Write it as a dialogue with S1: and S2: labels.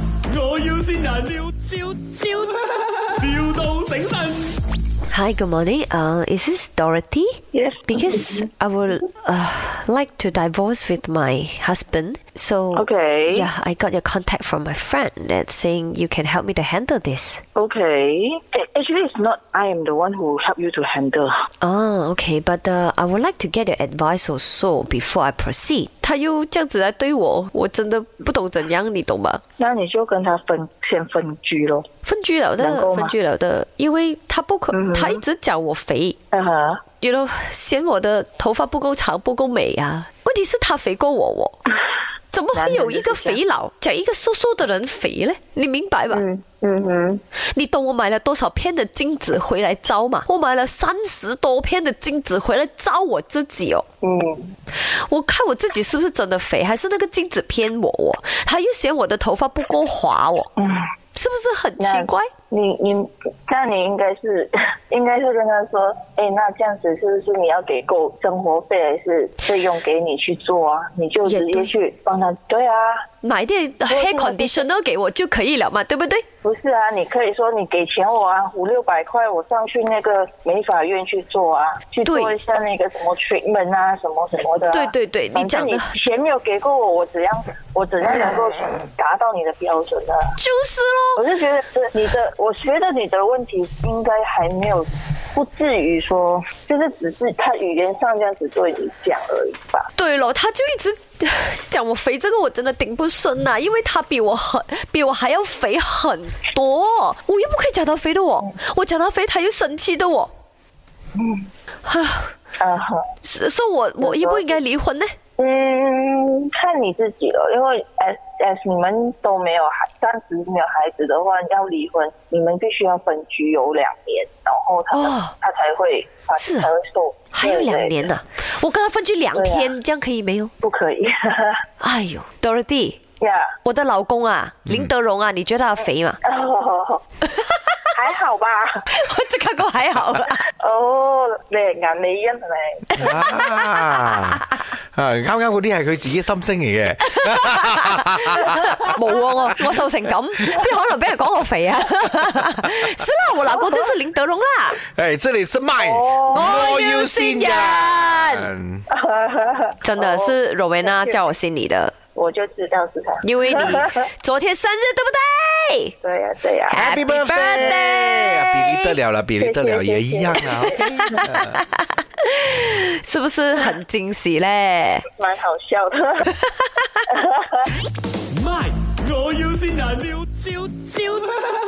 S1: 要先人，笑笑笑，,笑到醒神。
S2: Hi, good morning. Uh, is this Dorothy?
S3: Yes.
S2: Because I would uh, like to divorce with my husband. So,
S3: Okay.
S2: yeah, I got your contact from my friend that's saying you can help me to handle this.
S3: Okay. A- Actually, it's not. I am the one who help you to handle.
S2: Oh, okay. But uh, I would like to get your advice also before I proceed. 他又这样子来对我，我真的不懂怎样，你懂吗？
S3: 那你就跟他分先分居咯。
S2: 分居了的，
S3: 能够吗？
S2: 分居了的，因为他不可-他一直讲我肥。
S3: 嗯哼，
S2: you know，嫌我的头发不够长、不够美啊。问题是他肥过我哦，怎么会有一个肥佬讲一个瘦瘦的人肥呢？你明白吧？
S3: 嗯嗯哼，
S2: 你懂我买了多少片的镜子回来照吗？我买了三十多片的镜子回来照我自己哦。
S3: 嗯，
S2: 我看我自己是不是真的肥，还是那个镜子骗我哦？他又嫌我的头发不够滑哦，
S3: 嗯
S2: 是不是很奇怪？
S3: 你你，那你应该是 应该是跟他说，哎，那这样子是不是你要给够生活费，还是费用给你去做啊？你就
S2: 也
S3: 直接
S2: 对
S3: 去帮他。对啊，
S2: 买点 hair conditioner 给我就可以了嘛，对不对？
S3: 不是啊，你可以说你给钱我啊，五六百块，我上去那个美发院去做啊，去
S2: 对
S3: 做一下那个什么 treatment 啊，什么什么的啊、
S2: 对对对，你
S3: 反
S2: 讲
S3: 正
S2: 的
S3: 你钱没有给过我，我怎样我怎样能够达到你的标准呢？
S2: 就是咯。
S3: 我是觉得你的，我觉得你的问题应该还没有，不至于说就是只是他语言上这样子对你讲而已吧。
S2: 对了，他就一直讲我肥，这个我真的顶不顺
S3: 嗯
S2: 呐、因为他比我很比我还要肥很多，我又不可以讲他肥的我，
S3: 嗯
S2: 我讲他肥他又生气的我，嗯，
S3: 嗯哼，
S2: 所以我我应不应该离婚呢？
S3: 嗯，看你自己了，因为 S S 你们都没有孩，暂时没有孩子的话，要离婚，你们必须要分居有两年，然后他、
S2: 哦
S3: 他才会法
S2: 是啊
S3: 才会受，
S2: 还有两
S3: 对啊
S2: 年呢、我跟他分居两天，这样可以没有？
S3: 不可以，
S2: 哎呦，Dorothy，
S3: 呀、
S2: 我的老公啊，
S3: 嗯
S2: 林德荣啊，你觉得他肥吗？
S3: 哦， 还好吧。
S2: 这个我还好啊 啦。
S3: 哦，你係眼尾音係咪？
S4: 啊！啊啱啱嗰啲係佢自己心聲嚟嘅，
S2: 冇啊！我我瘦成咁，邊可能俾人講我肥啊？ 是啦，我老公就是林德榮啦。
S4: 誒，即係出賣，
S2: 哦
S4: 人，
S2: 真的是 Rowena 叫我心里的，
S3: 我就知道是他。
S2: 因為你昨天生日對不對？
S3: 对呀、对呀、
S2: Happy
S4: Happy birthday！
S2: birthday！
S4: 比利得了了，比利得了也一樣啊！
S2: 是不是很驚喜嘞？
S3: 蛮好笑的。
S1: 卖，我要先人，笑笑笑，